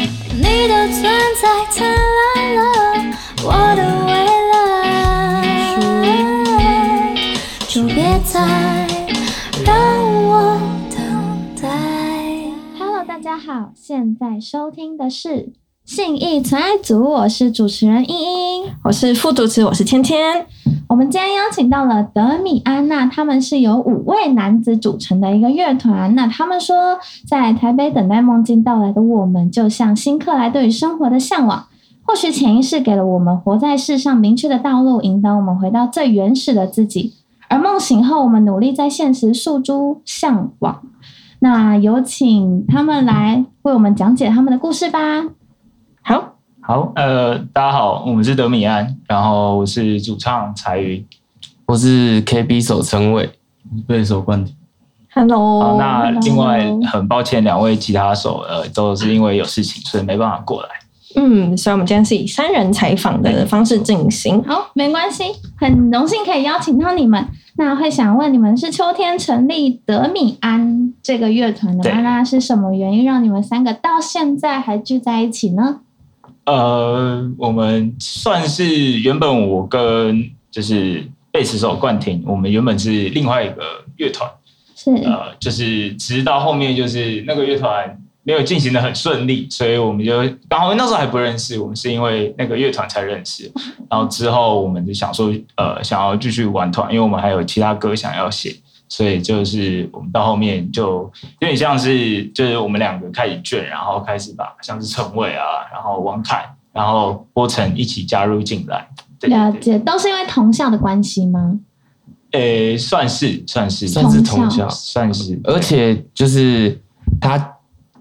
都存在，灿烂了我的未来。就别再让我等待。 Hello，大家好，现在收听的是信义存爱组，我是主持人茵茵。我是副主持，我是芊芊。我们今天邀请到了德米安娜，他们是由五位男子组成的一个乐团。那他们说，在台北等待梦境到来的我们，就像新克莱对于生活的向往。或许潜意识给了我们活在世上明确的道路，引导我们回到最原始的自己。而梦醒后，我们努力在现实诉诸向往。那有请他们来为我们讲解他们的故事吧。好，好，呃，大家好，我们是德米安，然后我是主唱彩云，我是 KB 手称谓，贝手冠廷。好， Hello，那 hello 另外很抱歉，两位吉他手呃都是因为有事情，所以没办法过来。嗯，所以我们今天是以三人采访的方式进行。好，没关系，很荣幸可以邀请到你们。那会想问你们是秋天成立德米安这个乐团的吗？对那是什么原因让你们三个到现在还聚在一起呢？呃，我们算是原本我跟就是贝斯手冠廷，我们原本是另外一个乐团，是呃，就是直到后面就是那个乐团没有进行的很顺利，所以我们就刚好那时候还不认识，我们是因为那个乐团才认识，嗯然后之后我们就想说，呃，想要继续玩团，因为我们还有其他歌想要写，所以就是我们到后面就有点像是就是我们两个开始卷，然后开始把像是陈伟啊，然后王凯，然后波晨一起加入进来，对了对对，解，都是因为同校的关系吗？诶、算是算是算是同同校校，算是，而且就是他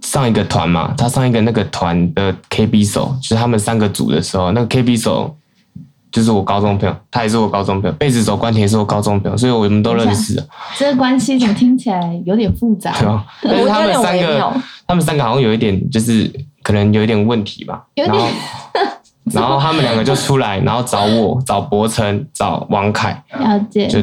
上一个团嘛，他上一个那个团的 KB 手，就是他们三个组的时候，那个 KB 手就是我高中朋友，他也是我高中朋友，贝斯手关田也是我高中朋友，所以我们都认识，这个关系怎么听起来有点复杂？啊 对吧？但是他们三有点微妙个，他们三个好像有一点就是可能有一点问题吧，有然 后点然后他们两个就出来，然后找我，找博成，找王凯，了解，就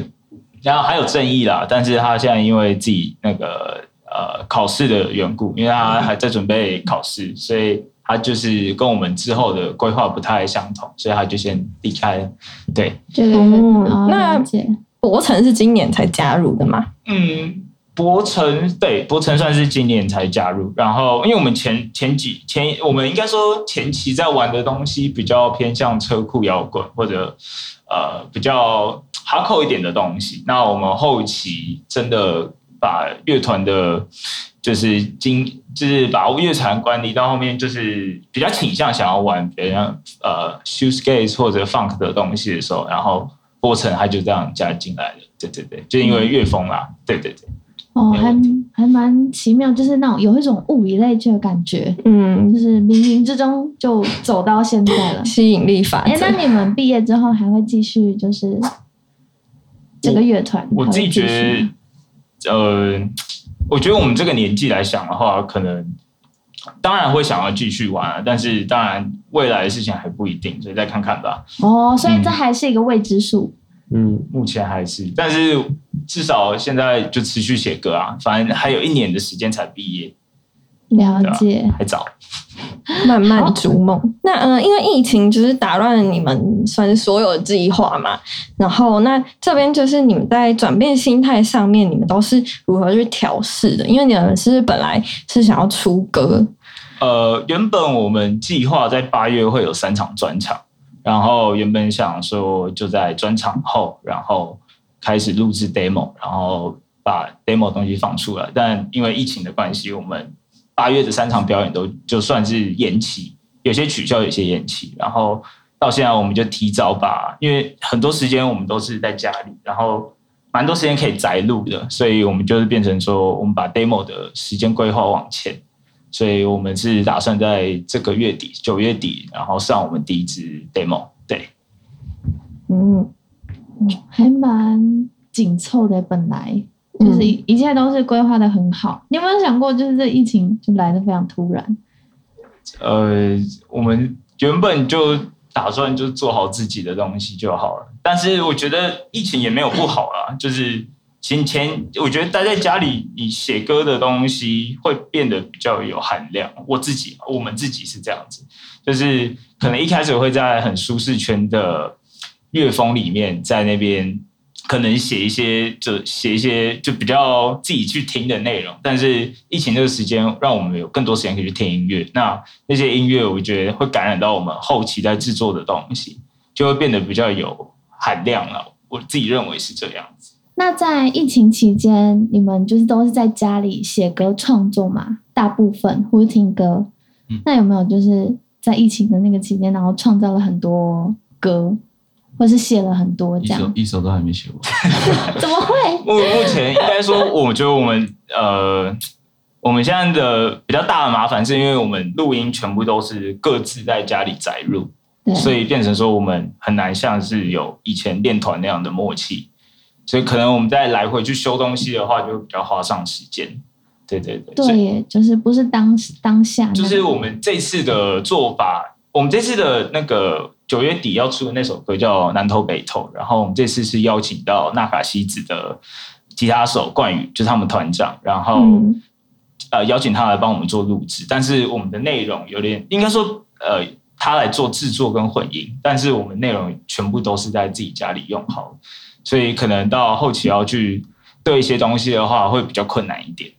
然后还有正义啦，但是他现在因为自己那个呃考试的缘故，因为他还在准备考试，所以他就是跟我们之后的规划不太相同，所以他就先离开了。对，这个嗯哦那了解博成是今年才加入的嘛？嗯，博成对博成算是今年才加入，然后因为我们前前几前我们应该说前期在玩的东西比较偏向车库摇滚或者呃比较哈扣一点的东西，那我们后期真的把乐团的。就是经，就是把乐团管理到后面，就是比较倾向想要玩别人呃 shoes gaze 或者 funk 的东西的时候，然后波成他就这样加进来了。对对对，就因为乐风啦。对对对，哦，没还问还蛮奇妙，就是那种有一种物以类聚的感觉，嗯就，是冥冥之中就走到现在了。吸引力法哎、则。那你们毕业之后还会继续就是这个乐团？我还会自己继续觉吗得，呃，我觉得我们这个年纪来想的话，可能当然会想要继续玩啊，但是当然未来的事情还不一定，所以再看看吧。哦，所以嗯这还是一个未知数。嗯。目前还是，但是至少现在就持续写歌啊，反正还有一年的时间才毕业，嗯了解，还早。慢慢逐梦。那嗯、呃因为疫情就是打乱了你们算是所有的计划嘛。然后那这边就是你们在转变心态上面，你们都是如何去调试的？因为你们是本来是想要出歌，呃，原本我们计划在八月会有三场专场，然后原本想说就在专场后，然后开始录制 demo，然后把 demo 东西放出来。但因为疫情的关系，我们八月的三场表演都就算是延期，有些取消，有些延期。然后到现在我们就提早把，因为很多时间我们都是在家里，然后蛮多时间可以宅录的，所以我们就是变成说，我们把 demo 的时间规划往前。所以我们是打算在这个月底，九月底，然后上我们第一支 demo。对，嗯，嗯还蛮紧凑的。本来就是嗯一一切都是规划的很好。你有没有想过，就是这疫情就来的非常突然？呃，我们原本就打算就做好自己的东西就好了，但是我觉得疫情也没有不好啦，就是 先前我觉得待在家里，你写歌的东西会变得比较有含量。我自己，我们自己是这样子，就是可能一开始会在很舒适圈的乐风里面，在那边可能写一些，就写一些就比较自己去听的内容。但是疫情这个时间，让我们有更多时间可以去听音乐。那那些音乐，我觉得会感染到我们后期在制作的东西，就会变得比较有含量了。我自己认为是这样子。那在疫情期间，你们就是都是在家里写歌创作嘛？大部分或者听歌。嗯那有没有就是在疫情的那个期间，然后创造了很多歌，或是写了很多一这首样？一首都还没写完。怎么会？目目前应该说，我觉得我们呃，我们现在的比较大的麻烦是因为我们录音全部都是各自在家里载入，对，所以变成说我们很难像是有以前练团那样的默契，所以可能我们在来回去修东西的话，就会比较花上时间。对对对，所对以耶，就是不是当当下那，就是我们这次的做法，我们这次的那个九月底要出的那首歌叫《南头北头》，然后我们这次是邀请到纳卡西子的吉他手冠宇，就是他们团长，然后、嗯呃邀请他来帮我们做录制，但是我们的内容有点应该说呃他来做制作跟混音，但是我们内容全部都是在自己家里用好，所以可能到后期要去对一些东西的话会比较困难一点。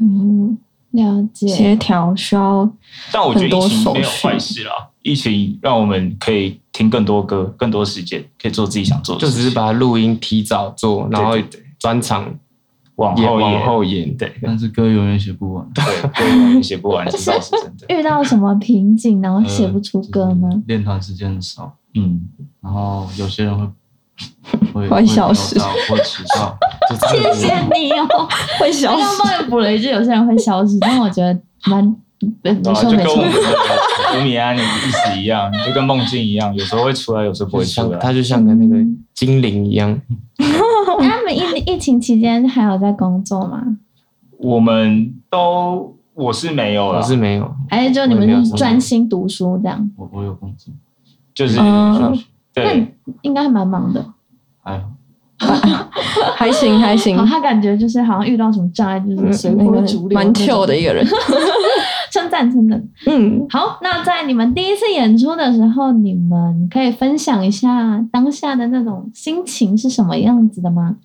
嗯，了解。协调需要但我觉得疫很情多没有手续坏事啦，疫情让我们可以听更多歌，更多时间可以做自己想做的就事情，只是把录音提早做，然后对对对专场往也后往延后延。对但是歌永远写 不完，对，歌永远写不完，这倒是真 的。遇到什么瓶颈，然后写不出歌吗？就是练团时间很少，嗯，然后有 些人会会会消失会飙到或迟到，就真的谢谢你 哦，会消刚刚失。帮你补了一句，有些人会消失，但我觉得蛮，呃你 对啊，说就没跟我错们。的吴米安的意思一样，就跟梦境一样，有时候会出来，有时候不就会出像来。他就像个那个精灵一样， 那你哎们疫疫情期间还有在工作吗？我们都我是没有我了，是没有。嗯还是就你们是专心读书这样？我我有工作，就是嗯，那对你应该还蛮忙的。还好还行还行嗯好，，他感觉就是好像遇到什么障碍，就是随那波个逐流，蛮 chill 的。一个人。称赞称赞。嗯，好，那在你们第一次演出的时候，你们可以分享一下当下的那种心情是什么样子的吗？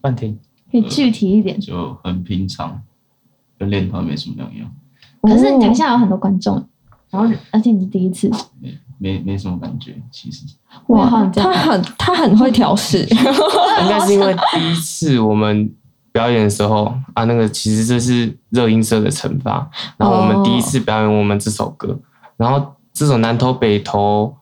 半停。可以具体一点。就很平常，跟练团没什么两样，可是哦你台下有很多观众，然后而且你第一次，没没没什么感觉，其实哇哇，他很他很会调试，应该是因为第一次我们表演的时候啊，那个其实这是热音社的惩罚，然后我们哦第一次表演我们这首歌，然后这首南头北头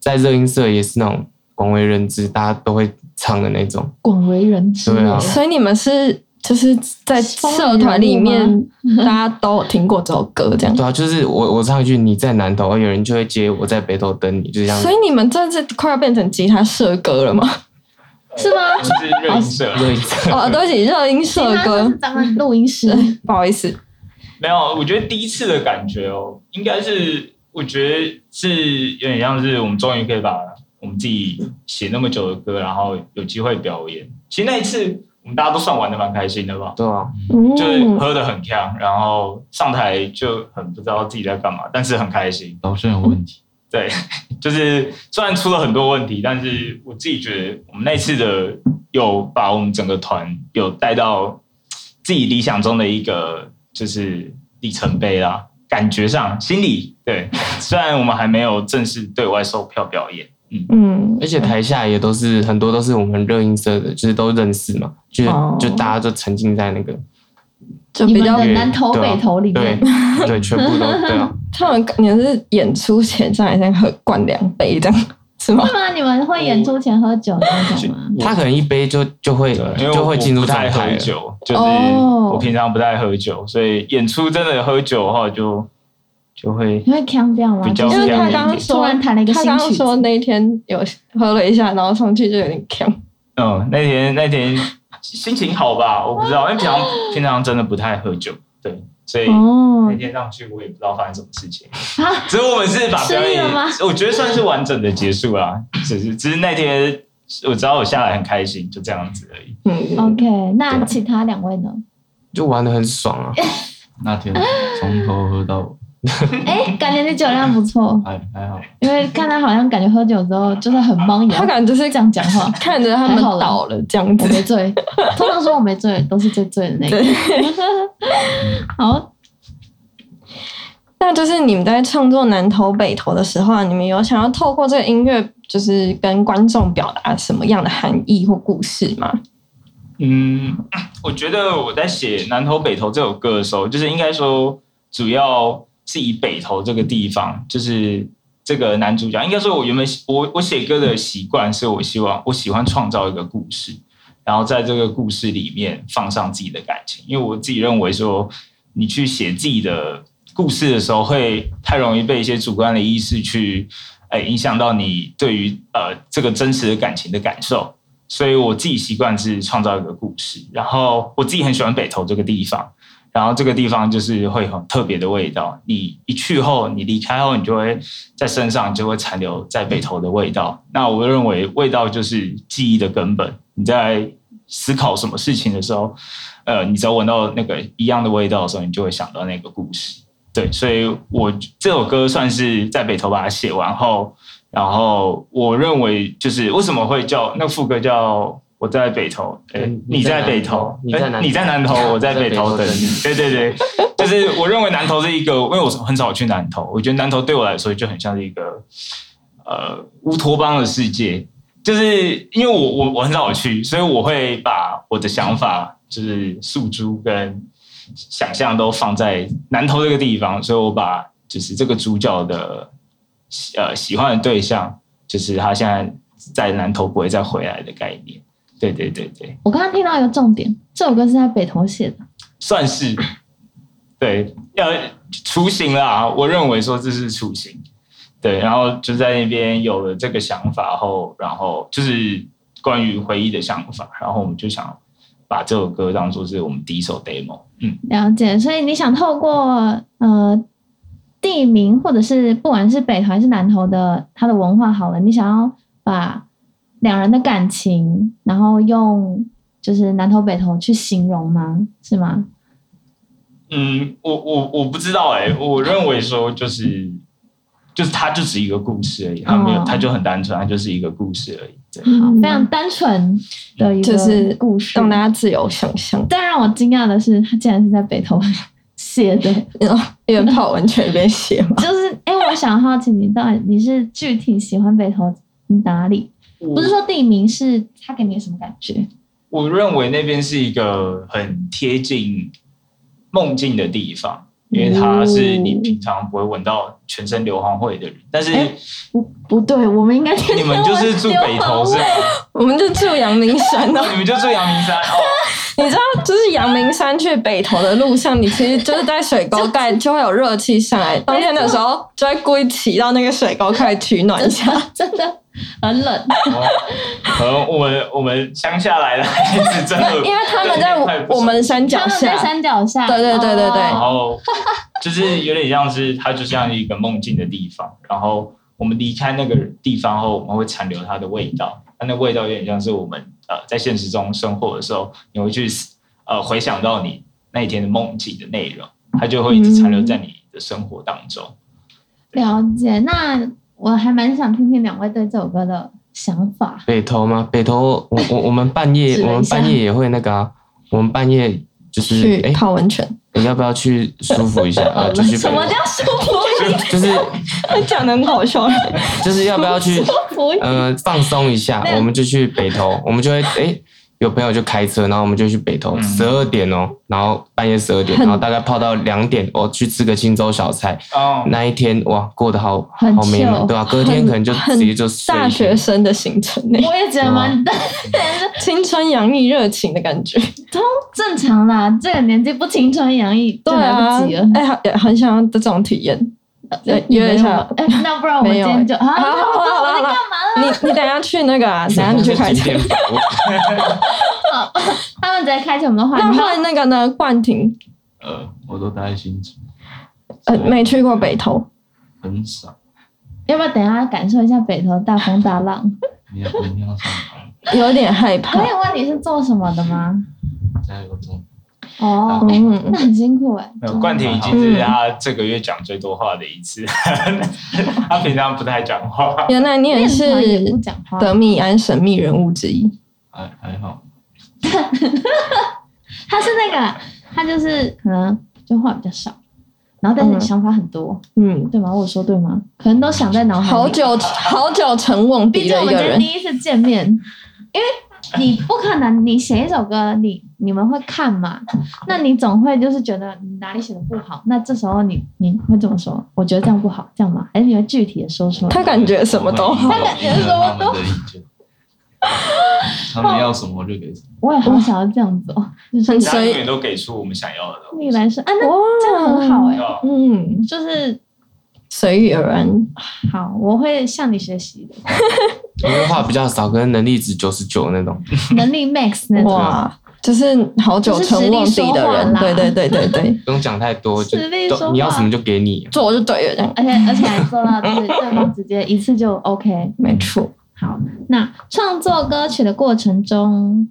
在热音社也是那种广为人知，大家都会唱的那种，广为人知。哦对啊 所以你们是就是在社团里面， 大家都有听过这首歌这样。对啊，就是我我唱一句你在南头，有人就会接我在北头等你，就这样所以你们这次快要变成吉他社歌 了吗？是吗？就是嗯热音社热音社。 哦，对不起，热音社这歌是，咱们录音 师。不好意思。没有，我觉得第一次的感觉哦，应该是我觉得是有点像是我们终于可以把我们自己写那么久的歌，然后有机会表演。其实那一次我们大家都算玩的蛮开心的吧，对啊，就是嗯，喝的很强，然后上台就很不知道自己在干嘛，但是很开心。导线有问题，对， 就是虽然出了很多问题，但是我自己觉得我们那次的有把我们整个团有带到自己理想中的一个就是里程碑啦，感觉上心里对，虽然我们还没有正式对外售票表演，嗯，嗯，而且台下也都是很多都是我们热音社的，就是都认识嘛，就哦就大家就沉浸在那个就你比们较的南头对啊北头里对面，对，全部都对啊。他们你们是演出前上来先喝灌两杯这样 是吗是？吗？你们会演出前喝酒的那种吗？他可能一杯就就会对，因为就我会进我不入太状喝态了。酒，就是哦我平常不太喝酒，所以演出真的喝酒的话就就会你会腔调吗？比较就因是为他像刚刚说，突然弹了一个他新刚刚曲说子，那天有喝了一下，然后上去就有点呛。嗯，那天那天心情好吧，我不知道，因为平常平常真的不太喝酒，对，所以嗯哦那，天上去我也不知道发生什么事情啊。只是我们是把表失忆演了吗，我觉得算啊是完整的结束啦。只是只是那天我知道我下来很开心，就这样子而已。嗯， OK，那其他两位呢？就玩的很爽啊。那天从头喝到尾，哎、感觉你酒量不错，还还好，因为看他好像感觉喝酒之后就是很懵一样， 他感觉就是这样讲 话。看着他们倒了这样我子。没醉，通常说我没醉都是最醉的那个。对， 好，那就是你们在创作南投北投的时候啊，你们有想要透过这个音乐，就是跟观众表达什么样的含义或故事吗？嗯，我觉得我在写《南投北投》这首歌的时候，就是应该说主要是以北投这个地方，就是这个男主角。应该说，我原本我我写歌的习惯是我希望我喜欢创造一个故事，然后在这个故事里面放上自己的感情，因为我自己认为说，你去写自己的故事的时候，会太容易被一些主观的意识去。哎，影响到你对于呃这个真实的感情的感受，所以我自己习惯是创造一个故事。然后我自己很喜欢北投这个地方，然后这个地方就是会有很特别的味道。你一去后，你离开后，你就会在身上你就会残留在北投的味道。那我认为味道就是记忆的根本。你在思考什么事情的时候，呃，你只要闻到那个一样的味道的时候，你就会想到那个故事。对，所以我这首歌算是在北投把它写完后，然后我认为就是为什么会叫那副歌叫我在北投，哎、嗯你你在在北北投投，哎你你在在南南投投，我在啊我在北北投投等等你你。对对对，就是我认为南投是一个，因为我很少去南投，我觉得南投对我来说就很像是一个呃乌托邦的世界，就是因为我我我很少去，所以我会把我的想法就是诉诸跟想象都放在南投这个地方，所以我把就是这个主角的喜呃喜欢的对象，就是他现在在南投不会再回来的概念。对对对对，我刚刚听到一个重点，这首歌是在北投写的，算是对要雏形啦，我认为说这是雏形。对，然后就在那边有了这个想法后，然后就是关于回忆的想法，然后我们就想把这首歌当做是我们第一首 demo。嗯，了解。所以你想透过呃地名，或者是不管是北投还是南投的它的文化好了，你想要把两人的感情，然后用就是南投北投去形容吗？是吗？嗯，我我我不知道哎、我认为说就是就是它就只是一个故事而已，它没有，哦它就很单纯，它就是一个故事而已。对，好，非非常常单纯的一个嗯就是故事。让大家自由想象，但让我惊讶的是，他竟然是在北投写的。 因为泡温泉一边写 嘛。就是，哎、我想好奇你到底你是具体喜欢北投哪里？不是说地名，是它给你什么感觉？我认为那边是一个很贴近梦境的地方，因为它是你平常不会闻到全身硫磺味的人，但是哎不，不对，我们应该你们就是住北投是吗？我们就住阳明山 哦，你们就住阳明山哦，你知道，就是阳明山去北投的路上，你其实就是在水沟盖 就会有热气上来。冬天的时候，就会故意骑到那个水沟开始取暖一下。 真的很冷，啊哦可能我们我们乡下来的孩子真的，因为他们 在对太不我熟我们山脚他们在下，山脚下。对对对对对然哦后就是有点像是它就像一个梦境的地方，然后我们离开那个地方后，我们会残留它的味道，它那味道有点像是我们呃在现实中生活的时候，你会去呃回想到你那一天的梦境的内容，它就会一直残留嗯在你的生活当中。了解。那我还蛮想听听两位对这首歌的想法。北投吗？北投，我我我们半夜指了一下我们半夜也会那个啊，我们半夜就是去哎、泡温泉。你要不要去舒 服一下啊？就去什北么叫舒服？就是讲的很好笑，就是要不要 去服呃放松一 下没有，我们就去北投，我们就会哎、有朋友就开车，然后我们就去北投，嗯十二点哦，然后半夜十二点，很然后大概泡到两点，我、去吃个青州小菜，哦，那一天哇过得好很好美满 chill，对吧、隔天可能就很直接就睡 大学生的行程呢，我也觉得蛮青春洋溢热情的感觉。 正常啦，这个年纪不青春洋溢，就 对来啊不及了，。哎、好也很想要这种体验。呃约一下哎，那不然我们没今有哎天就啊，好了好了好了好了，你你等一下去那 个啊，等一下你去开 车景。点访问他们直接开启我们的话那题。换那个呢？冠廷，呃，我都待在新竹，呃，没去过北投，很少， 要不要等一下感受一下北投大风大浪？明天明天要上班，有点害怕可以。问你是做什么的吗？在我中哦，嗯那，很辛苦哎、没有冠廷已经是他这个月讲最多话的一次， 他平常不太讲话。原来你也练团也是不讲话，德米安神秘人物之一。还还好，他是那个，他就是可能就话比较少，然后但是嗯想法很多，嗯，对吗？我说对吗？可能都想在脑海里。好久好久成瓮毕底竟的我一们个今天人。第一次见面，因为你不可能你写一首歌，你你们会看嘛？那你总会就是觉得你哪里写的不好，那这时候你你会怎么说？我觉得这样不好，这样嘛？还是你会具体的说出来？他感觉什么都好我会迎合他感觉什么都他们的意见，他们要什么我就给什么。我也好想要这样做，就是很他永随远都给出我们想要的东逆西。来顺啊，那这样哇很好哎、哦嗯，就是随遇而安。好，我会向你学习的，我觉得话比较少，可能能力值九十九那种。能力 max 那种，哇，就是好久成瓮就是实力底的人，对说话啦对对对 对，不用讲太多，就实力说话都你要什么就给你。做就对了，这样而且而且还做到就是对方直接一次就 OK。没错。好，那创作歌曲的过程中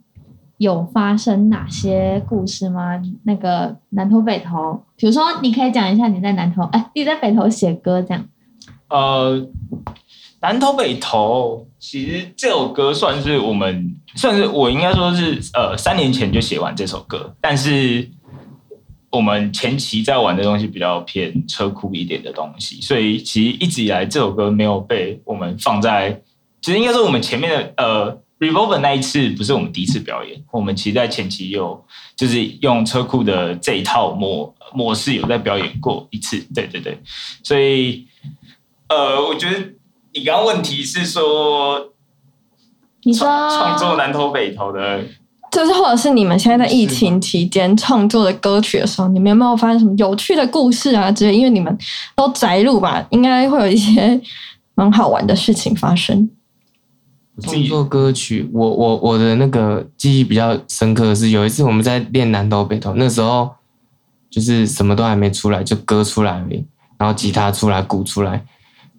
有发生哪些故事吗？那个南头北头，比如说你可以讲一下你在南头，哎，你在北头写歌这样。呃，南头北头，其实这首歌算是我们，算是我应该说是呃三年前就写完这首歌，但是我们前期在玩的东西比较偏车库一点的东西，所以其实一直以来这首歌没有被我们放在，其实应该说我们前面的呃。Revolver 那一次不是我们第一次表演，我们其实在前期有就是用车库的这一套模模式有在表演过一次，对对对，所以呃，我觉得你刚刚问题是说你说创创作南头北头的，就是，或者是你们现在在疫情期间创作的歌曲的时候，你们有没有发现什么有趣的故事啊之类？因为你们都宅录吧，应该会有一些 蛮好玩的事情发生。创作歌曲，我我我的那个记忆比较深刻的是，有一次我们在练南头北头，那时候就是什么都还没出来，就歌出来而已，然后吉他出来，鼓出来，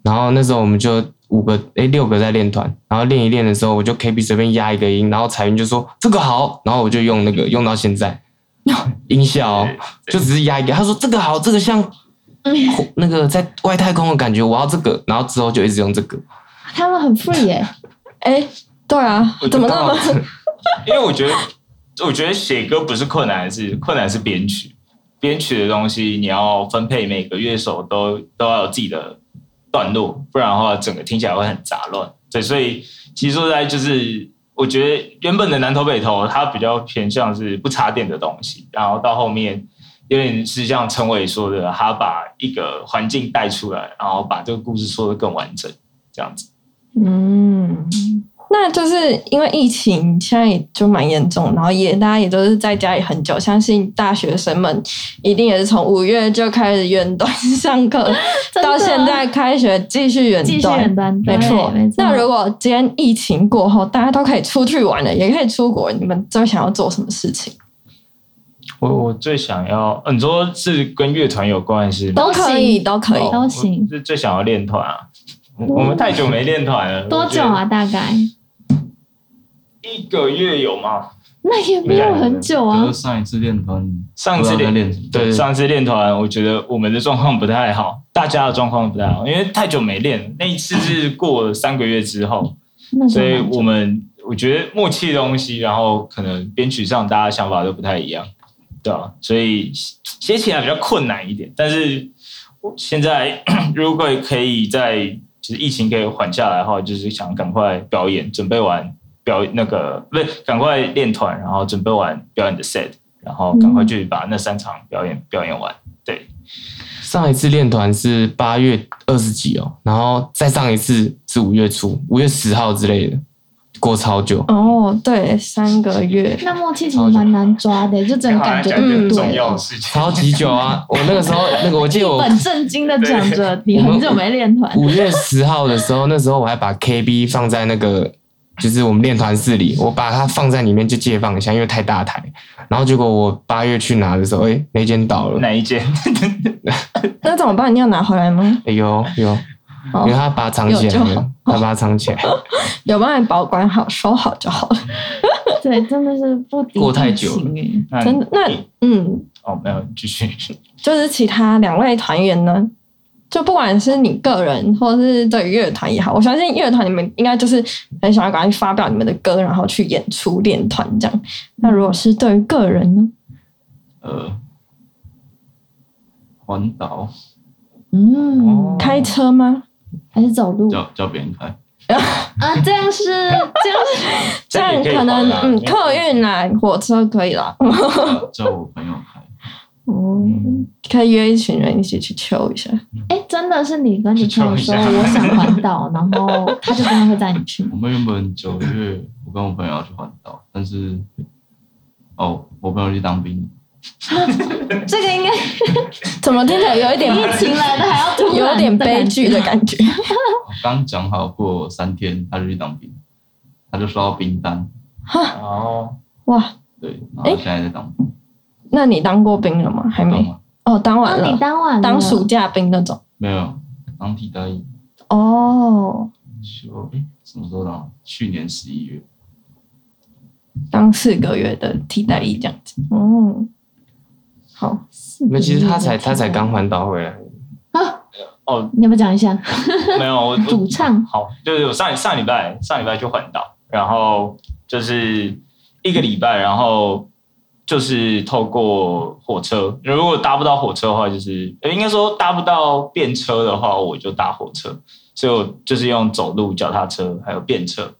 然后那时候我们就五个诶六个在练团，然后练一练的时候，我就 KB 随便压一个音，然后彩云就说这个好，然后我就用那个用到现在，音效哦、就只是压一个，他说这个好，这个像火那个在外太空的感觉，我要这个，然后之后就一直用这个，他们很 free 耶、哎，对啊，怎么那么？ 因为我觉得，我觉得写歌不是困难，是困难是编曲，编曲的东西你要分配每个乐手都都要有自己的段落，不然的话整个听起来会很杂乱。对，所以其实说实在就是。我觉得原本的南头北头，它比较偏向是不插电的东西，然后到后面有点是像陈伟说的，他把一个环境带出来，然后把这个故事说得更完整，这样子。嗯，那就是因为疫情现在也就蛮严重，然后也大家也都是在家里很久，相信大学生们一定也是从五月就开始远端上课， 真的到现在开学继续远继续远端。端，对没错没错。，那如果今天疫情过后，大家都可以出去玩了，也可以出国，你们最想要做什么事情？我我最想要，呃你说是跟乐团有关是吗？都哦可以，都可以。都行嗯我是最想要练团啊！我我们太久没 练团了，多久啊？？大概一个月有吗？那也没有很久啊就是。上一次练团，上次不知道在练练什么，对上次练团，我觉得我们的状况不太好，大家的状况不太好，因为太久没练了。那一次是过了三个月之后，嗯那啊时所候以蛮久我们我觉得默契的东西，然后可能编曲上大家想法都不太一样，对啊，所以写起来比较困难一点。但是我现在 如果可以在就是疫情可以缓下来的话，就是想赶快表演，准备完表那个不是赶快练团，然后准备完表演的 set，然后赶快去把那三场表演表演完。对，上一次练团是八月二十几哦，然后再上一次是五月初，五月十号之类的，过超久。哦，对，三个月。那默契其实蛮难抓的，就整个感觉刚好来不讲一 个对。重要的事情，超级久啊！我那个时候，那个我记得一哦 我本正经的讲着，你很久没练团，五月十号的时候，那时候我还把 KB 放在那个，就是我们练团室里，我把它放在里面就借放一下，因为太大台。然后结果我八月去拿的时候，哎、那间倒了。哪一间？那怎么办？你要拿回来吗？哎呦呦，因为他把它藏起来哦有就好了，他把它藏 起来，有帮你保管好、收好就好了。对，真的是不敌过太疫久情哎。那真的，那嗯，哦，没有继续。就是其他两位团员呢，就不管是你个人，或是对于乐团也好，我相信乐团你们应该就是很想要赶快去发表你们的歌，然后去演出练团这样。那如果是对于个人呢？呃，环岛哦嗯，开车吗？还是走路叫叫别人开， 啊？这样是这 样是这样可能嗯，客运啦，火车可以啦。嗯叫叫我朋友开，哦，嗯可以约一群人一起去秋一下。哎、真的是你跟你朋友说去抽一下我想环岛， 然后他就真的会带你去吗我？们原本九月我跟我朋友要去环岛，但是哦，我朋友去当兵，这个应该 怎么听起来有一点疫情来 的还要突然有点悲剧的感觉？刚讲好过三天他就去当兵，他就收到兵单，哦，哇，对，然后现在在当兵，那你当过兵了吗？还当没吗？哦，当完那你了，当晚了当暑假兵那种。没有，当替代役，哦，说哎什么时候当？去年十一月，当四个月的替代役这样子。哦，好，那其实他才他才刚环岛回来，哦，你要不要讲一下 没有，我主唱？好，就是我上上礼拜上礼拜去环岛，然后就是一个礼拜，然后就是透过火车，如果搭不到火车的话，就是呃应该说搭不到便车的话，我就搭火车，所以我就是用走路、脚踏车还有便车，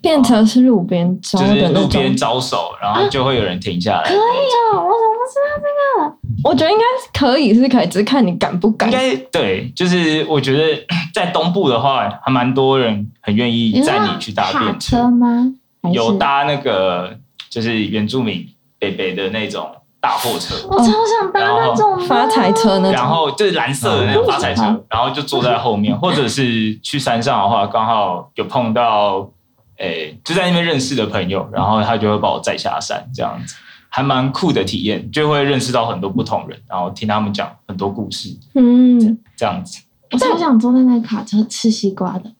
变成是路边招就是的那路种边。招手，然后就会有人停下来。可以哦，我怎么不知道这个？我觉得应该可以，是可以，只是看你敢不敢应。该对，就是我觉得 在东部的话，还蛮多人很愿意你载说你去搭卡便车吗？还是有搭那个就是原住民北北的那种大货车，我超想搭那种的发财车那然种，后就是蓝色的那种发财车嗯，然后就坐在后面，或者是去山上的话，刚好有碰到诶、就在那边认识的朋友，然后他就会把我载下山，这样子还蛮酷的体验，就会认识到很多不同人，然后听他们讲很多故事，嗯，这样子。我超想坐在那个卡车吃西瓜的。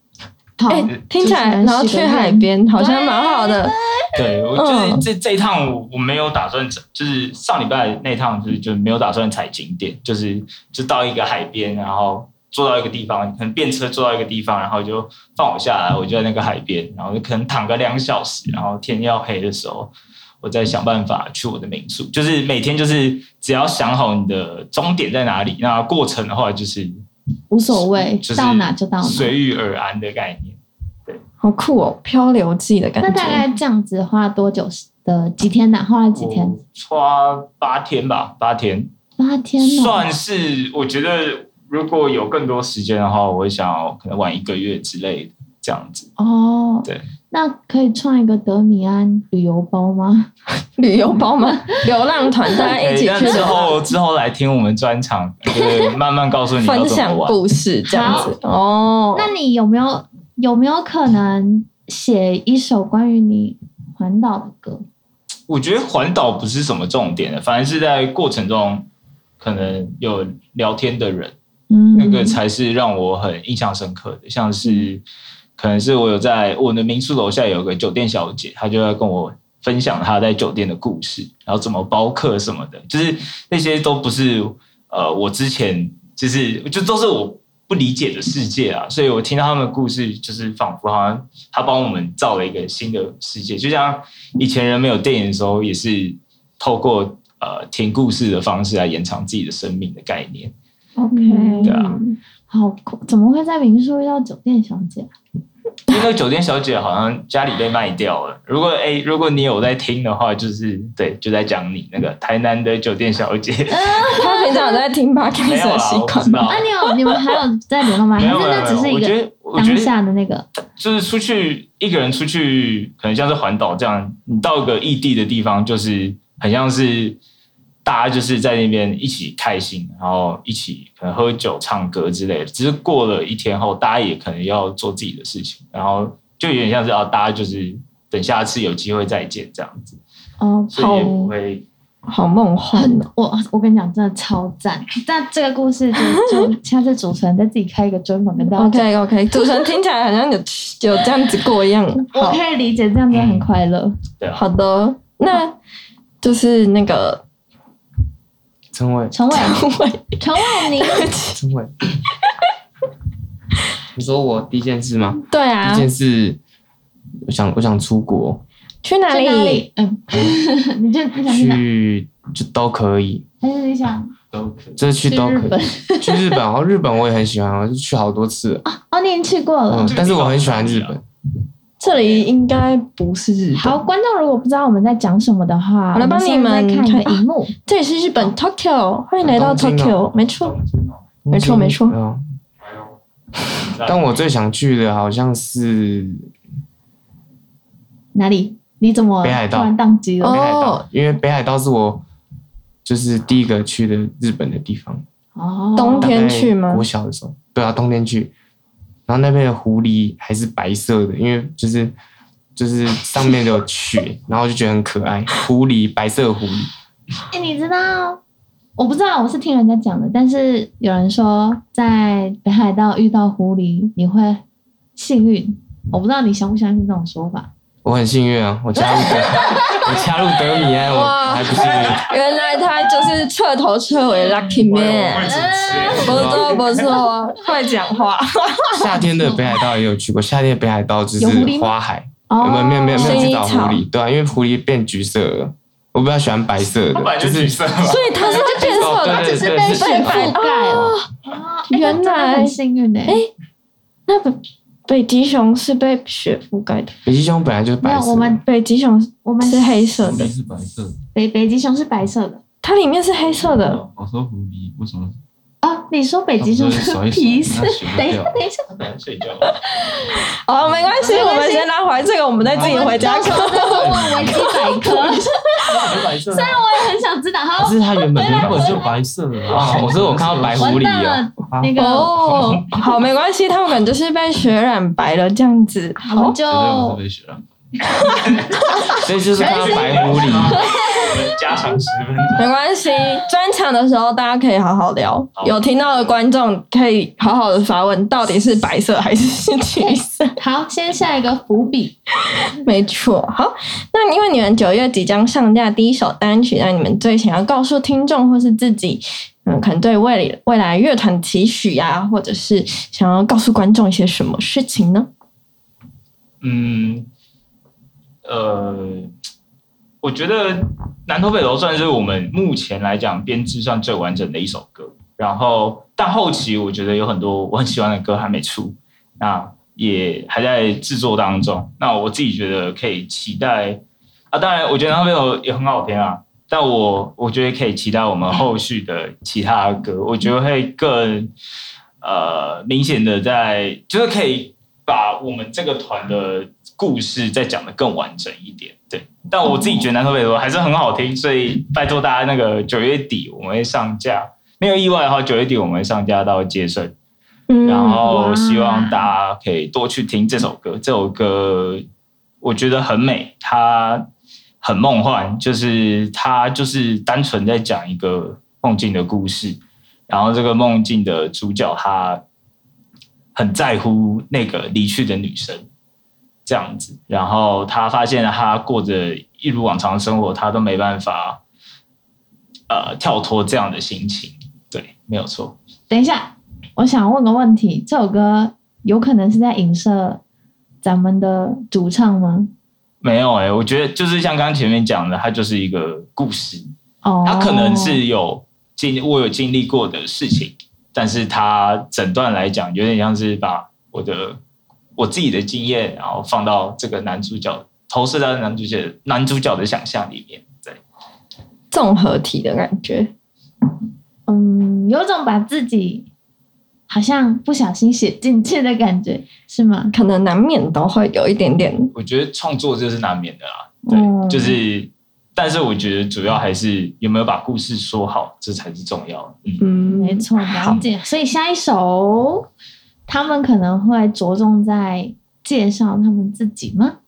好，哎、听起来，主持人然后去海边好像蛮好的，啊对我就是嗯这这一趟我我没有打算走，就是上礼拜那一趟就是就没有打算踩景点，就是就到一个海边，然后坐到一个地方，可能便车坐到一个地方，然后就放我下来，我就在那个海边，然后可能躺个两小时，然后天要黑的时候，我再想办法去我的民宿。就是每天就是只要想好你的终点在哪里，那过程的话就是无所谓，就是到哪就到哪。随遇而安的概念。好酷哦，漂流记的感那觉。大概这样子花多久的几天呢、花了几天我？花八天吧，八天。八天呢、算是我觉得，如果有更多时间的话，我会想要可能玩一个月之类的这样子。哦，对，那可以创一个德米安旅游包吗？旅游包吗？流浪团大家一起哎那去之流浪后之后来听我们专场，就是慢慢告诉你要分怎么享玩。故事这样子哦。那你有没有有没有可能写一首关于你环岛的歌？我觉得环岛不是什么重点的，反而是在过程中可能有聊天的人，嗯，那个才是让我很印象深刻的，像是可能是我有在我的民宿楼下有个酒店小姐，她就要跟我分享她在酒店的故事，然后怎么包客什么的，就是那些都不是呃我之前就是就都是我不理解的世界啊，所以我听到他们的故事，就是仿佛好像他帮我们造了一个新的世界，就像以前人没有电影的时候，也是透过呃听故事的方式来延长自己的生命的概念。 OK，对啊好酷，怎么会在民宿遇到酒店小 姐？因为那个酒店小姐好像家里被卖掉了。如果哎、如果你有在听的话，就是对，就在讲你那个台南的酒店小 姐，他平常有在听没有 podcast 的啦，习我不惯知吗？道啊，。你有你们还有在联络吗？还没是有没有那只是没有，一我觉个得我觉当得下的那个？就是出去一个人出去，可能像是环岛这样，你到一个异地的地方，就是很像是大家就是在那边一起开心，然后一起可能喝酒、唱歌之类的。只是过了一天后，大家也可能要做自己的事情，然后就有点像是啊，大家就是等下次有机会再见这样子。哦，所以好也不会好梦幻哦！我我跟你讲，真的超赞。但这个故事就 就下次主持人再自己开一个专门跟大家讲。 OK OK，主持人听起来好像有有这样子过一样。我好可以理解，这样真的很快乐。啊好的，那就是那个称谓，陈伟，喂，陈伟，你 称谓。你说我第一件事吗？对第一啊，件事，我想我想出 国，去哪去哪里？里？嗯， 你就你想去哪？去就都可以，还是你想都可以。这去去都日可本以。？去日本，然后日本我也很喜欢，我就去好多次了。哦，你已经去过了嗯。，但是我很喜欢这个日地方本。这里应该不是日本。好，观众如果不知道我们在讲什么的话，好了我帮你现在们看一个看荧幕。这里是日本 Tokyo，欢迎来到东京啊 Tokyo，没错。东京没错没错嗯啊但我最想去的好像是哪里？你怎么突北海道然宕机北了？海道哦，因为北海道是我就是第一个去的日本的地方。哦，冬天去吗我小的时候，对啊，冬天去。然后那边的狐狸还是白色的，因为就是就是上面有雪， 然后就觉得很可爱。狐狸，白色的狐狸，哎、你知道？我不知道，我是听人家讲的，但是有人说在北海道遇到狐狸你会幸运，我不知道你相不相信这种说法。我很幸运啊，我加入德， 我加入德米安，我哇还不幸运。原来他就是彻头彻尾 Lucky 我会 Man，主持不错不错，会讲话。夏天的北海道也有去过，夏天的北海道就有狐是狸吗花海，哦，没有没有没有没有薰去衣找狐草狸，对啊，因为狐狸变橘色了，我比较喜欢白色 它本来的，就就是橘是色嘛，所以他是变色哦的，对对只是对被是雪覆盖了。哦。哦哎那真原的来很幸运哎、哎那北北极熊是被雪覆盖的，北极熊本来就是没白有色的，我们北极熊我们是黑色的，是白色的。北北极熊是白色的它里面是黑色的。我哦说狐狸为什么？哦，你说北极熊是它不是皮会色甩一甩那？等一雪下就掉等一下，很难睡觉。哦，没关系，没我关系们先拉回来这个，我们再自己回家到时看。候再问维基百 科。虽然我也很想知道，好可是它原本就是白原本色就的白色的啊！我说我看到白狐完狸啊蛋了，了，那个。哦， 好，没关系，他们可能就是被血染白了这样子。我们就绝对不是被雪了。所以就是看到白狐狸。我们加长十分钟。没关系，专场的时候大家可以好好聊。好有听到的观众可以好好的发问，到底是白色还是橘 色？好，先下一个伏笔。没错。好，那因为你们九月即将上架第一首单曲，那你们最想要告诉听众或是自己，嗯，可能对未未来乐团期许呀、或者是想要告诉观众一些什么事情呢？嗯，呃，我觉得《南头北楼》算是我们目前来讲编制算最完整的一首歌。然后，但后期我觉得有很多我很喜欢的歌还没出，那也还在制作当中。那我自己觉得可以期待啊，当然，我觉得《南头北楼》也很好听啊。但我我觉得可以期待我们后续的其他的歌，我觉得会更呃明显的在，就是可以把我们这个团的故事再讲得更完整一点。对，但我自己觉得南头北头还是很好听，所以拜托大家那个九月底我们会上架，没有意外的话，九月底我们会上架到接生，嗯，然后哇希望大家可以多去听这首歌，这首歌我觉得很美，它很梦幻，就是它就是单纯在讲一个梦境的故事，然后这个梦境的主角他很在乎那个离去的女生，这样子，然后他发现他过着一如往常的生活，他都没办法呃跳脱这样的心情，对，没有错。等一下，我想问个问题：这首歌有可能是在影射咱们的主唱吗？没有哎、我觉得就是像刚刚前面讲的，它就是一个故事，哦，它可能是有经我有经历过的事情，但是它整段来讲有点像是把我的我自己的经验，然后放到这个男主角投射到男主角男主角的想象里面，对，综合体的感觉。嗯，有种把自己好像不小心写进去的感觉，是嗯吗？可能难免都会有一点点，我觉得创作就是难免的啦，对，嗯就是，但是我觉得主要还是有没有把故事说好，这才是重要的。嗯，嗯，没错，了解。所以下一首他们可能会着重在介绍他们自己吗？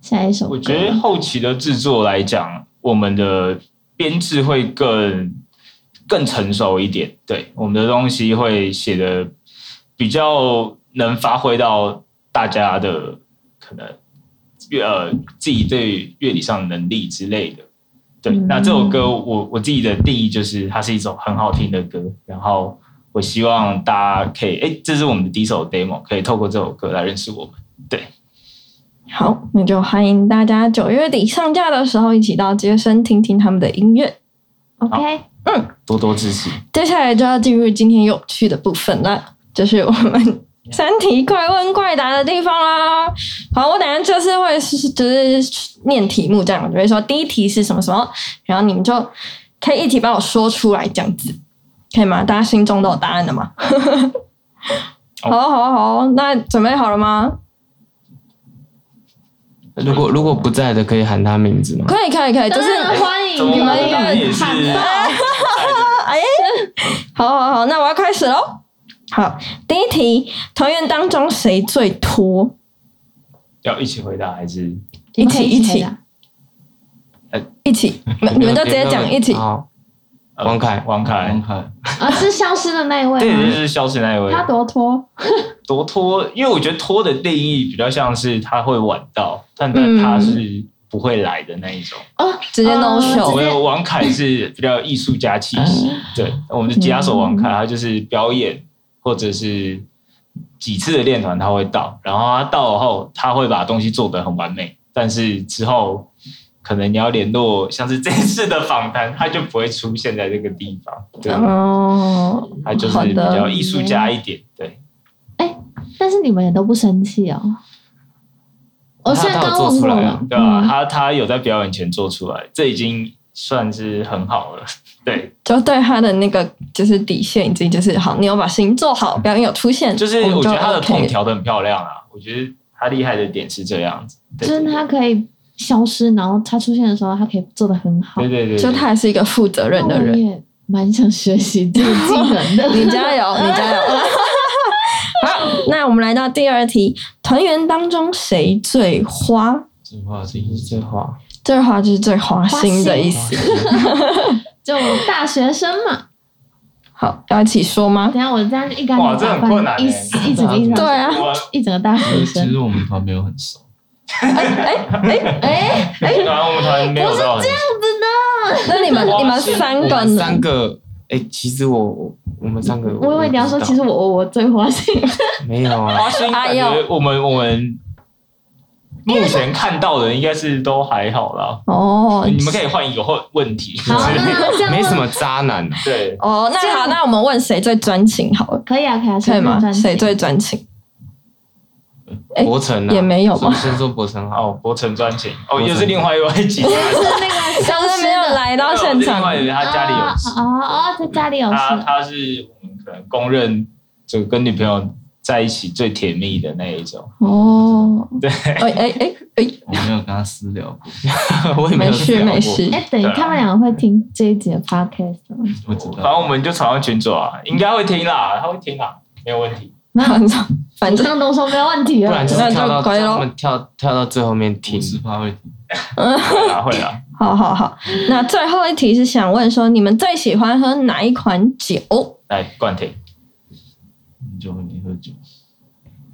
下一首歌，我觉得后期的制作来讲，我们的编制会更更成熟一点。对，我们的东西会写的比较能发挥到大家的可能乐呃自己对乐理上的能力之类的。对，嗯那这首歌我我自己的定义就是它是一首很好听的歌，然后我希望大家可以，哎，这是我们的第一首 demo，可以透过这首歌来认识我们。好，那就欢迎大家九月底上架的时候一起到街声听听他们的音乐。 OK，多多支持，接下来就要进入今天有趣的部分了，就是我们三题快问快答的地方啦。好，我等一下就是会是就是念题目这样，我就会说第一题是什么什么，然后你们就可以一起帮我说出来这样子，可以吗？大家心中都有答案了吗？ 好啊好啊好啊，那准备好了吗？如果如果不在的，可以喊他名字吗？可以可以可以，就是当然欢迎怎么你们我们也是看到哎好好好，那我要开始喽。好，第一题，团员当中谁最拖？要一起回答还是？你们可以啊一回起答 一起，你们就直接讲一起。好，呃王凯王凯王，凯，啊，是消失的那一位对，就吗？是消失那一位。他多拖，多拖，因为我觉得拖的定义比较像是他会晚到，但但嗯他是不会来的那一种。哦，直接 no 哦 show 我直接嗯们王凯是比较有艺术家气息，对，我们的吉他手王凯，他就是表演或者是几次的练团他会到，然后他到了后他会把东西做得很完美，但是之后可能你要联络像是这次的访谈，他就不会出现在这个地方，对，哦，他就是好比较的，艺术家一点，对，但是你们也都不生气哦。我虽然他他有刚做问出过来啊了，对吧、嗯他他有在表演前做出来，这已经算是很好了，对。就对他的那个就是底线已经就是好，你有把事情做好，表演有出现，就是我们我就觉得他的 OK 痛调的很漂亮啊，我觉得他厉害的点是这样子，对就是他可以消失，然后他出现的时候，他可以做的很好对。对对，对就他还是一个负责任嗯的那我人。也蛮想学习这个技能的。你加 油，你加油。好，那我们来到第二题，团员当中谁最花？这话是这一是句 最花，最花就是最花心的意思。就大学生嘛， 好，要一起说吗等？一下我这样一竿哇子这很打翻困难一欸一整个一整对个啊，我一整个大其学实其生。实我们团没有很熟，哎，然后我们团没有到很 那你们花你们心三我个们呢？三个，哎，其实我我我们三个，我以为你要说，不其知实道我我我最花心，没有 啊，花心，感哎觉我们我们目前看到的应该是都还好啦。哦，你们可以换一个问问题，好，那这样没什么渣男啊，对，哦，这那样好，那我们问谁最专情好了，可以啊，可以啊，可以吗谁？最谁专最专情？哎博成啊也没有所吧以先说博成好，哦，博成专情，哦，成又是另外一位吉他情？手，是那个消刚失是没有的来到现 另外场一位他家里有事，啊哦哦，哦在家里有他事，他是我们可能公认就跟女朋友在一起最甜蜜的那一种，哦。对，哎哎哎哎，我没有跟他私聊过， 我也没没有事聊过没，事， 哎，等于对啊他们两个会听这一集的 podcast 吗？我知反正道。我们就传到群组啊，应该会听啦，他会听啦，没有问题。反正反正上都说没有问题不了，然就是那就跳到可以咯他们跳跳到最后面听我，是怕会听，会啦会啦，好好好。那最后一题是想问说，你们最喜欢喝哪一款酒？来冠廷，很久没喝酒。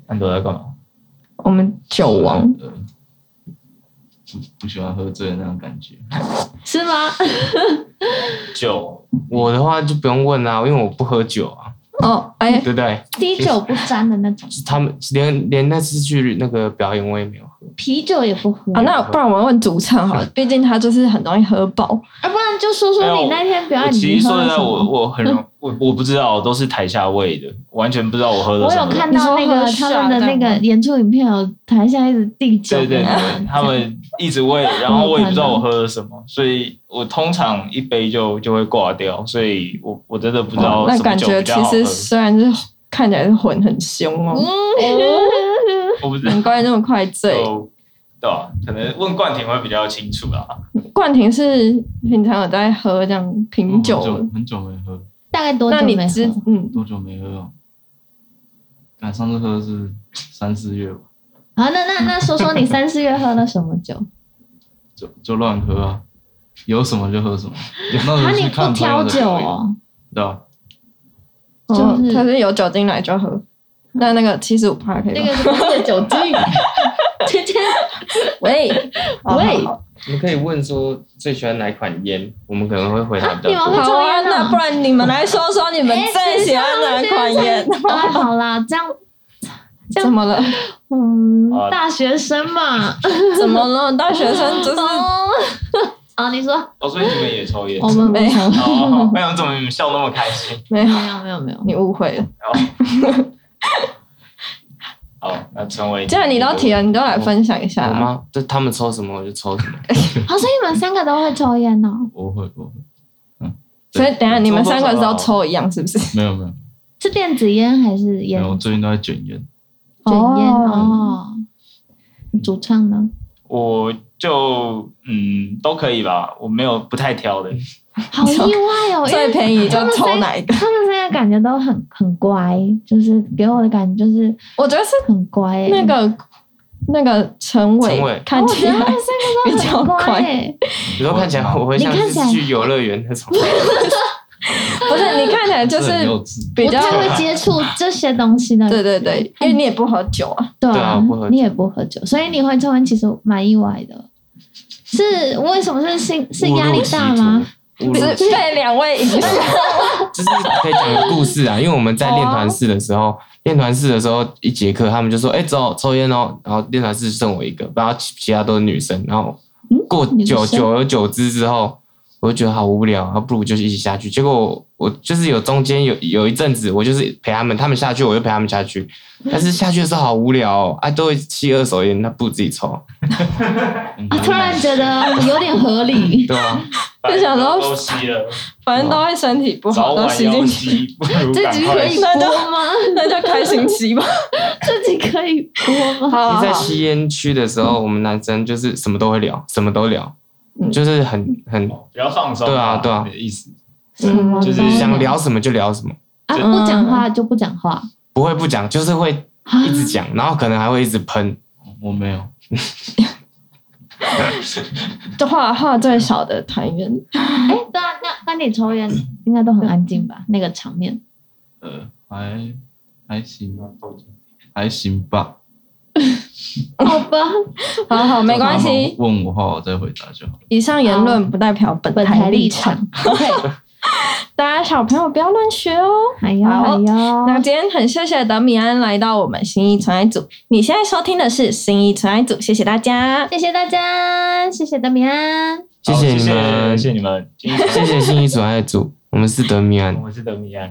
安朵在干嘛？我们酒王，呃，不不喜欢喝醉的那种感觉。是吗？酒，我的话就不用问啦、因为我不喝酒啊，哦，哎对不对？滴酒不沾的那种，他们连连那次去那个表演我也没有啊喝，啤酒也不喝啊，那不然我们问主唱好了，毕竟他就是很容易喝爆。啊，不然就说说你那天表我演其你实喝说实了在，什我么？我很容我我不知道，都是台下喂的，完全不知道我喝了我什有么。看到那个你说他喝们的那下个蛋演出影片，有台下一直递酒对给对他对，们，他们一直喂，然后我也不知道我喝了什么，所以我通常一杯就就会挂掉，所以我我真的不知道哦那什么感酒觉比其较好喝实。虽然是看起来是混很凶哦，嗯我不知道哦难，怪那么快醉。就对吧？可能问冠廷会比较清楚啦。冠廷是平常有在喝这样品酒哦我的，很久很久没喝，大概多那久你没知喝？嗯，多久没喝哦？赶上次喝是三四月吧，好，那那那说说你三四月喝了什么酒？就就乱喝啊，有什么就喝什么。那时啊，候你去看不朋挑友的酒表演，哦？对啊，就是哦可是有酒精来就喝。那那个七十五趴可以那吗？个不是酒精，直接喂喂喂，好你可以问说最喜欢哪款烟，我们可能会回答 比较啊你们多。会抽啊，烟那啊不然你们来说说你们哎最喜欢哪款烟？啊，好啦，这样这样 怎么了？嗯啊，大学生嘛，怎么了？大学生就是哦，啊，你说哦，所以你们也抽烟？我们没有哦，好不然怎么你们笑那么开心？没有，没有没有没有，你误会了。好，那成为既然你都提了，你都来分享一下我啊。吗？就他们抽什么我就抽什么。好，所以你们三个都会抽烟哦？我会我会，所以等一下你们三个人抽都多少抽一样，是不是？哦没有没有是电子烟还是没烟？有，我最近都在卷烟，卷烟哦哦。你主唱呢？我就嗯都可以吧，我没有不太挑的。好意外 哦，因最为便宜就他们抽三哪一个？他们三个感觉都很很乖，就是给我的感觉就是我觉得是很乖欸。那个那个陈陈伟伟看我起觉得他来们三比个较都很乖乖欸，你说看起来我会像你看起来是去游乐园那种，不是你看起来就这很是幼稚。比不较太会接触这些东西的。哎对对对，因为你也不喝酒啊。对对啊啊我不喝，酒你也不喝酒，所以你会抽烟，其实蛮意外的。是为什么是心 是压力大吗？误入歧途？误入是被两位影响，就是可以讲个故事啊，因为我们在练团室的时候，练团室的时候一节课，他们就说：“哎、走，抽烟哦。”然后练团室剩我一个，然后其其他都是女生。然后过嗯女久生久而久之之后，我就觉得好无聊，啊，不如就一起下去。结果我我就是有中间有有一阵子，我就是陪他们，他们下去我就陪他们下去，但是下去的时候好无聊、哦，啊，都会吸二手烟，那不如自己 抽，啊，突然觉得有点合 理。对啊，就想说都吸了，反正都会身体不早好，都晚吸要进去，吸，不如这赶集快可以吸播那就吗？那就开心吸吧。 这集可以播吗？好你哦好在好，吸烟区的时候，我们男生就是什么都会聊，什么都聊，嗯就是很很比较放松。对啊对啊你的意思什么就是都想聊什么就聊什么，啊，不讲话就不讲话不会不讲，就是会啊一直讲，然后可能还会一直喷。嗯我没有，就话话最少的团员，哎，对啊，那那你抽烟应该都很安静吧？那个场面，呃，还还行吧，还行吧。好吧？好好没关系。问我话我再回答就好。以上言论不代表本本台台立立场，场，OK，大家小朋友不要乱学哦。哎呦哎好呦，那今天很谢谢德米安来到我们新一纯爱组，你现在收听的是新一纯爱组，谢谢大家，谢谢大家，谢谢德米安，谢好你们，谢谢你 们，谢谢信义主爱组，我们是德米安。我是德米安，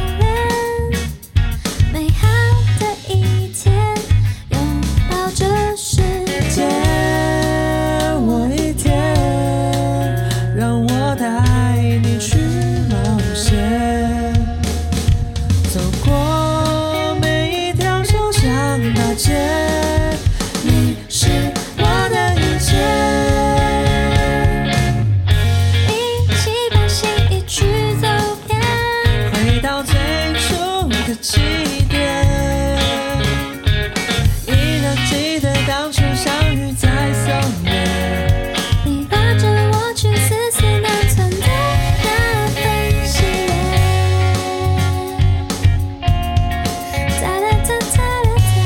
帘，美好的一天，拥抱这世界。借我一天，让我带你去冒险，走过每一条小巷大街，你是我的一切。一起把心意去走遍，回到最初的起点，依然记得当初相遇在松烟。你拉着我去丝丝难存的那份喜悦。哒哒哒哒哒哒。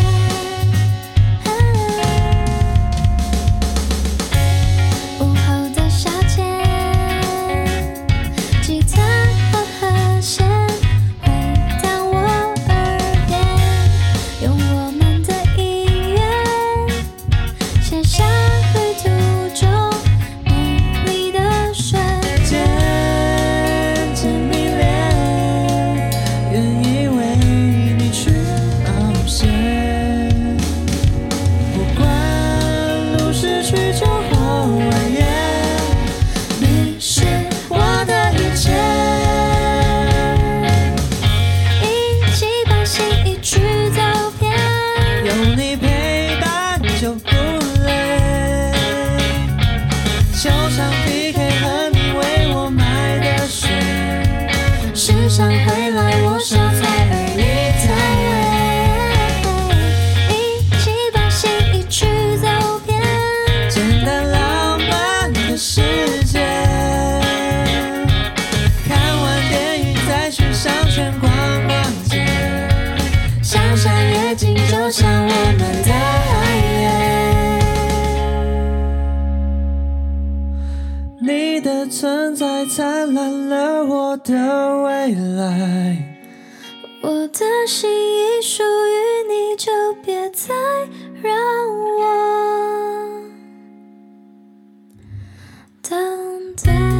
走向我们的爱恋。你的存在灿烂了我的未来。我的心已属于你，就别再让我等待。